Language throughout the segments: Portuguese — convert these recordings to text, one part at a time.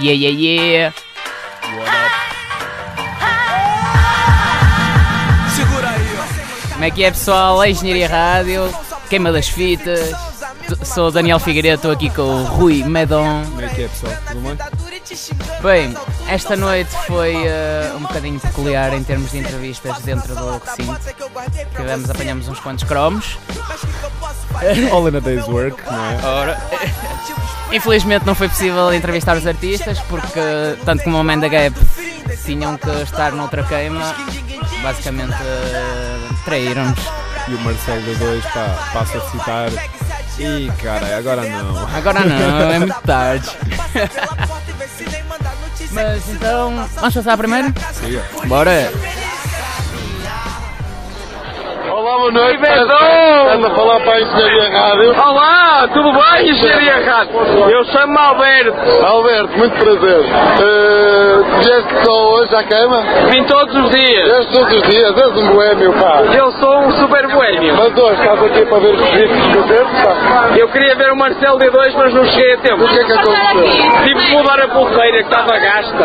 Yeah, yeah, yeah. Segura aí, Como é que é, pessoal? A Engenharia Rádio, Queima das Fitas. T- Sou o Daniel Figueiredo, estou aqui com o Rui Medon. Como é que é, pessoal? Tudo bem? Bem, esta noite foi eh, um bocadinho peculiar em termos de entrevistas dentro do recinto. Tivemos, apanhamos uns quantos cromos. All in a day's work, não é? Infelizmente não foi possível entrevistar os artistas porque, tanto como o Man da Gap, tinham que estar noutra queima. Basicamente, eh, traíram-nos. E o Marcelo D2 pá, passa a citar. Ih, cara, agora não. Agora não, é muito tarde. Mas então, vamos passar primeiro? Siga. Bora! Olá, boa noite. Ando a falar para a Engenharia Rádio. Olá, tudo bem, Engenharia Rádio? Eu chamo-me Alberto. Alberto, muito prazer. Uh, vieste só hoje à cama? Vim todos os dias. Vieste todos os dias, és um boêmio, pá. Eu sou um super boêmio. Mas hoje estás aqui para ver os vídeos do tempo, pá? Eu queria ver o Marcelo D2, mas não cheguei a tempo. O que é que aconteceu? Tive que mudar a pulseira, que estava gasta.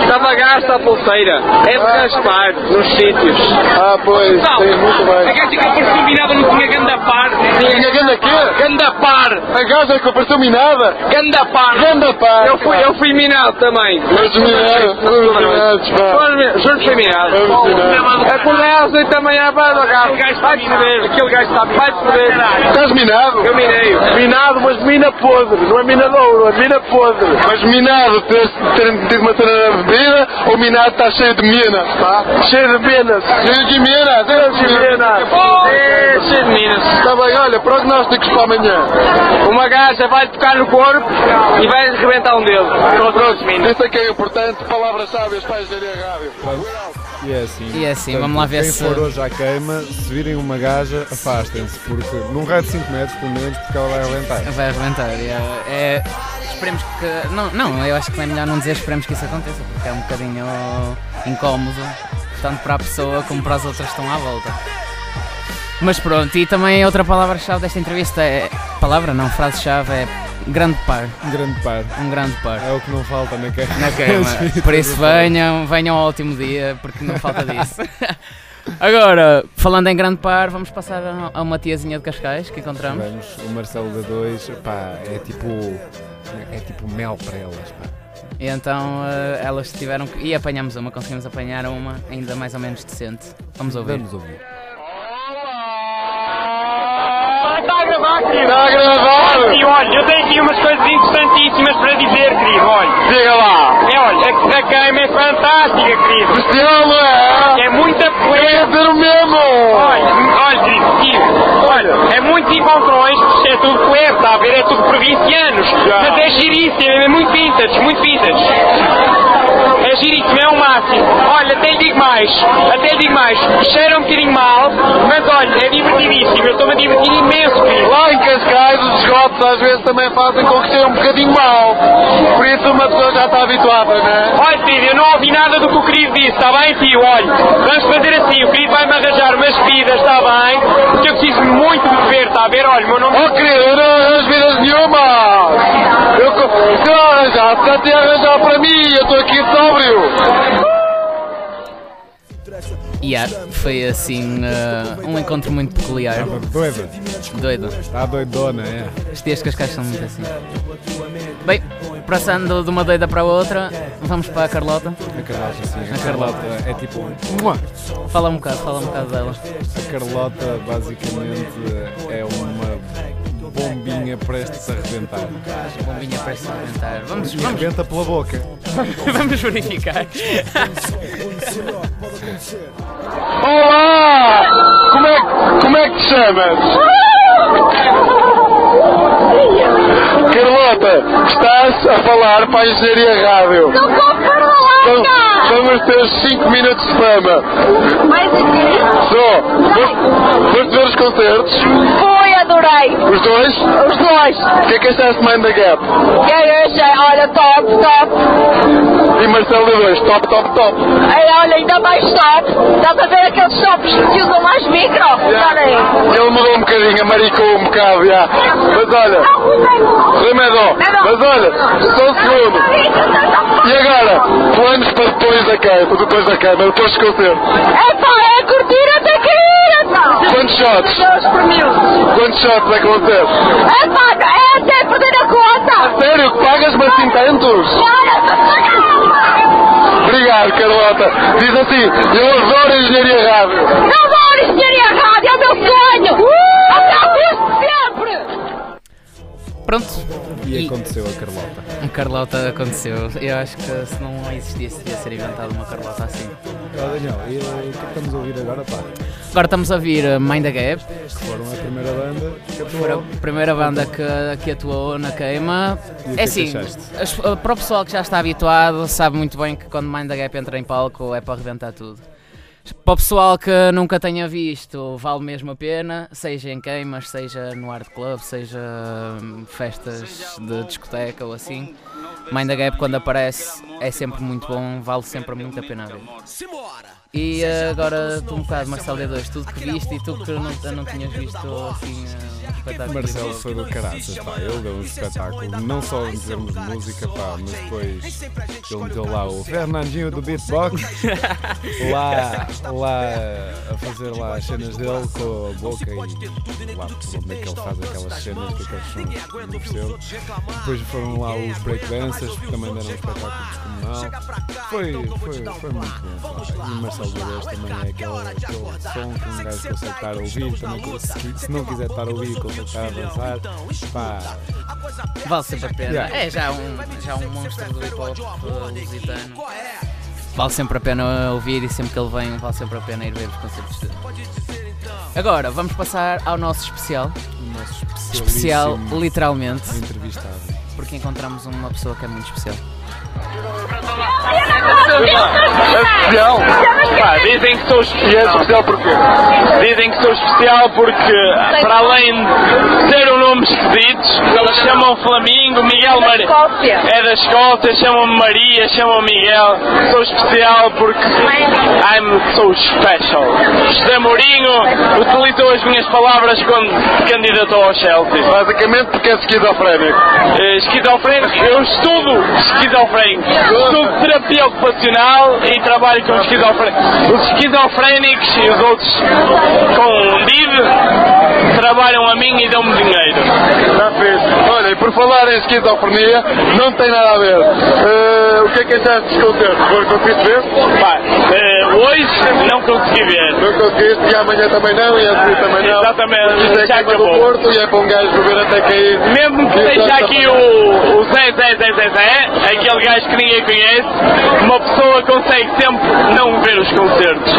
Estava gasta a pulseira. É de raspar nos sítios. Ah, pois, tem muito bem. A gaja que apareceu minada não tinha ganda par. Tinha ganda quê? Ganda par. A gaja que apareceu minada? Ganda par. Ganda par. Eu fui, eu fui minado também. Mas minado, fomos minados, pá. Juro que fui Ah. minado. É Acordei às 8 da manhã, pá, do carro. é Vai-te foder. Aquele gajo está, vai-te foder. Estás minado? Eu minei. Minado, mas mina podre. Não é mina de ouro, é mina podre. Mas minado, tens tido uma cena na bebida ou minado está cheio de minas, pá? Cheio de minas. Cheio de minas, cheio de minas. É, cheio de minas. Está bem, olha, prognósticos para amanhã. Uma gaja vai tocar no corpo e vai arrebentar um dedo. Trouxe minas. Isso é que é importante, palavras sábias para a engenharia rádio. E é assim. E é assim, vamos lá ver quem se- for hoje à queima, se virem uma gaja, afastem-se, porque num raio de 5 metros, pelo menos, porque ela vai arrebentar. Vai arrebentar. É, é- esperemos que. Não, não, eu acho que é melhor não dizer esperemos que isso aconteça, porque é um bocadinho incómodo, tanto para a pessoa como para as outras que estão à volta. Mas pronto, e também outra palavra-chave desta entrevista é. Palavra não, frase-chave é grande par. Um grande par. Um grande par. É o que não falta na queima. Na queima. Por isso venham, venham ao último dia, porque não falta disso. Agora, falando em grande par, vamos passar a- a uma tiazinha de Cascais que encontramos. Vamos, o Marcelo D2, pá, é tipo. É tipo mel para elas, pá. E então eh, elas tiveram que. E apanhamos uma, conseguimos apanhar uma ainda mais ou menos decente. Vamos ouvir. Vamos ouvir. tá Está a gravar, querido. Está gravado! E olha, eu tenho aqui umas coisas interessantíssimas para dizer, querido. Olha, Diga lá! é, olha, a, a queima é fantástica, querido. Estilo é! É muita Quer poeira. dizer o mesmo! Olha, olha, querido, querido. Olha, é muitos encontrões, é tudo poeira, está a ver? É tudo provincianos. Já. Mas é giríssimo, é muito vintage, muito vintage. É giríssimo, é o máximo. Olha, até lhe digo mais, até lhe digo mais. Cheira um bocadinho mal, mas olha, é divertidíssimo. Eu estou-me a divertir imenso, querido. Lá em Cascais os esgotos às vezes também fazem com que seja um bocadinho mau. Por isso uma pessoa já está habituada, não é? Olha, filho, eu não ouvi nada do que o querido disse, está bem, filho? Olha, vamos fazer assim, o querido vai-me arranjar umas bebidas, está bem? Porque eu preciso muito de beber, está a ver? Olha, o meu nome Oh querido, eu não arranjo vidas nenhuma! Eu, co- se não arranjasse, já tinha arranjado para mim, eu estou aqui sóbrio! E ah, foi assim eh, um encontro muito peculiar. Estava doida. Doido. Está doidona, é. Os dias de Cascais são muito assim. Bem, passando de uma doida para a outra, vamos para a Carlota. A Carlota, sim. A A Carlota. Carlota é tipo. Fala um bocado, fala um bocado dela. A Carlota basicamente é uma bombinha prestes a arrebentar. Bombinha para se comentar. Vamos, E vamos, arrebenta pela boca. vamos verificar. Olá! Como é, que- como é que te chamas? Carlota, estás a falar para a Engenharia Rádio. Não vou para São, lá, são os teus 5 minutos de fama. Mas Só, foste- foste ver os concertos? foi, adorei. Os dois? Os dois. O que é que achaste de Mind the Gap? E aí, eu achei, olha, top, top. E Marcelo de dois, top, top, top. Aí, olha, ainda mais top. Dá para ver aqueles tops que usam mais micro? Olha aí. Ele mudou um bocadinho, amaricou um bocado, já. Tá Mas olha, remedão, mas olha, só um segundo. E agora, planos para depois da queima, depois da queima, depois do concerto. É pá, é curtir até cair, pá. Quantos shots? Quantos shots é que vão ter? É pá, é até perder a conta. Sério, que pagas-me assim tantos? Obrigado, Carlota. Diz assim, eu adoro a engenharia rádio. Não vou engenharia rádio, é o meu sonho. Uh! Até o fim de sempre. Pronto. E é aconteceu a Carlota. A Carlota aconteceu. Eu acho que se não existisse, devia ser inventada uma Carlota assim. Ah, Daniel, e eh, o que é que estamos a ouvir agora? Pá, Agora estamos a ouvir eh, Mind the Gap, foram a primeira banda que é Foi atuou. a primeira banda que, que atuou na queima. E o que É é assim, que achaste? as- para o pessoal que já está habituado, sabe muito bem que quando Mind the Gap entra em palco é para arrebentar tudo. Para o pessoal que nunca tenha visto, vale mesmo a pena, seja em queimas, seja no art club, seja hum, festas de discoteca ou assim. Mind the Gap, quando aparece, é sempre muito bom, vale sempre muito a pena ver. E eh, agora tu um bocado, Marcelo D2, tudo que viste e tu que não, não tinhas visto assim eh, um espetáculo. Marcelo foi do caraças, pá, ele deu um espetáculo, não só em termos de música, pá, mas depois ele meteu lá o Fernandinho do beatbox, lá, lá a fazer lá as cenas dele com a boca e lá por onde é que ele faz aquelas cenas que aqueles sons que não percebo. Depois foram lá os breakdancers, que também deram um espetáculo descomunal. Foi, foi, foi muito bom, um pá. E o Marcelo Deus também é aquele, aquele som que um gajo consegue estar a ouvir, também que se, se não quiser estar a ouvir, consegue estar a avançar. Pá, Vale sempre a pena. Yeah. É já um, já um monstro do hip hop eh, lusitano. Vale sempre a pena ouvir e sempre que ele vem, vale sempre a pena ir ver os concertos dele. Agora, vamos passar ao nosso especial. o nosso Especial, especialíssimo literalmente, entrevistado. porque encontramos uma pessoa que é muito especial. É especial. Pá, dizem que sou E é especial. especial porquê? Dizem que sou especial porque, para além de ter um nome esquisito, eles chamam Flamingo, Miguel Da Maria. Escócia. É da Escócia, chamam-me Maria, chamam-me Miguel. Sou especial porque I'm so special. José Mourinho utilizou as minhas palavras quando se candidatou ao Chelsea. Basicamente porque é esquizofrénico. Eh, Esquizofrénico, eu estudo esquizofrénico. Estudo terapia ocupacional e trabalho com esquizofrénicos. Os esquizofrénicos e os outros com DIV trabalham a mim e dão-me dinheiro. Está fixe. Olha, e por falar em esquizofrenia, não tem nada a ver. Eh, o que é que achaste dos concertos? Foi conseguiste ver? Pá, eh, hoje não consegui ver. Não conseguiste, e amanhã também não, e a seguir também não. Exatamente, Isto é já Câmara do acabou. Porto e é para um gajo beber até cair. Mesmo que E seja agora aqui também não. o, o Zé, Zé, Zé, Zé, Zé, aquele gajo que ninguém conhece, uma pessoa consegue sempre não ver os concertos.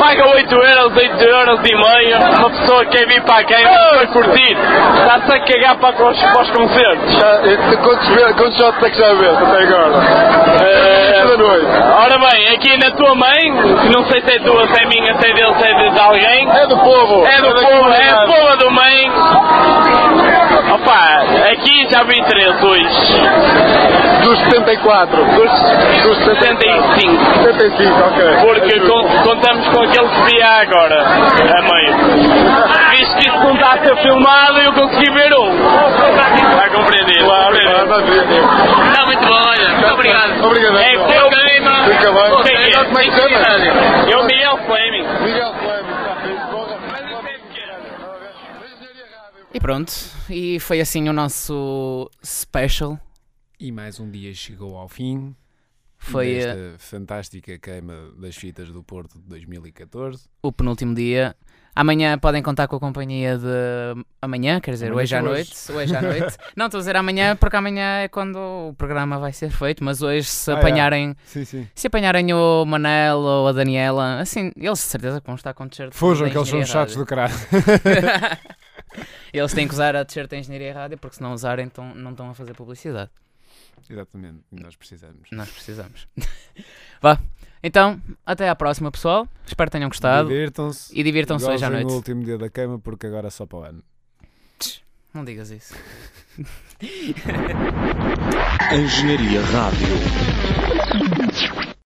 Paga 8 euros, 8 euros e meio, uma pessoa quer vir para quem vai curtir, está-se a cagar para, os, para os concertos. Já, e quantos, ve- quantos shots é que já vês até agora? Eh, Toda noite. ora bem, aqui na tua mãe, que não sei se é tua, se é minha, se é dele, se é de- de alguém, É do povo. É do da povo, é comunidade. a povo do mãe. Opa, aqui já vi três hoje. Dos 74. Dos, dos 75. 75, ok. Porque É justo. con- contamos com aquele que vi há agora, a meio. Visto que isso não está a ser filmado, eu consegui ver um. Está compreendido? Claro, compreendido. claro, vai ver. Está muito bom, olha. Muito obrigado. Obrigado. É que eu queima. Fica bem. Quem é? Como é que chama? Eu, Miguel Fleming. Miguel Flamengo, está fixe. Boa. E pronto, e foi assim o nosso special. E mais um dia chegou ao fim. Foi eh, Desta fantástica queima das fitas do Porto de 2014. o penúltimo dia. Amanhã podem contar com a companhia de. Amanhã, quer dizer, Amanhã hoje à que noite. Hoje à noite. Não, estou a dizer amanhã, porque amanhã é quando o programa vai ser feito, mas hoje, se Ah, é. apanharem. Sim, sim. Se apanharem o Manel ou a Daniela, assim, eles de certeza que vão estar com t-shirt. Fujam, da que eles são Engenharia chatos do caralho. Rádio. Eles têm que usar a t-shirt da Engenharia Rádio, porque se não usarem, tão- não estão a fazer publicidade. Exatamente, nós precisamos. Nós precisamos. Vá. Então, até à próxima, pessoal. Espero que tenham gostado. Divirtam-se. Tá. E divirtam-se hoje à Gozem no noite. último dia da queima, porque agora é só para o ano. Não digas isso. Engenharia Rádio.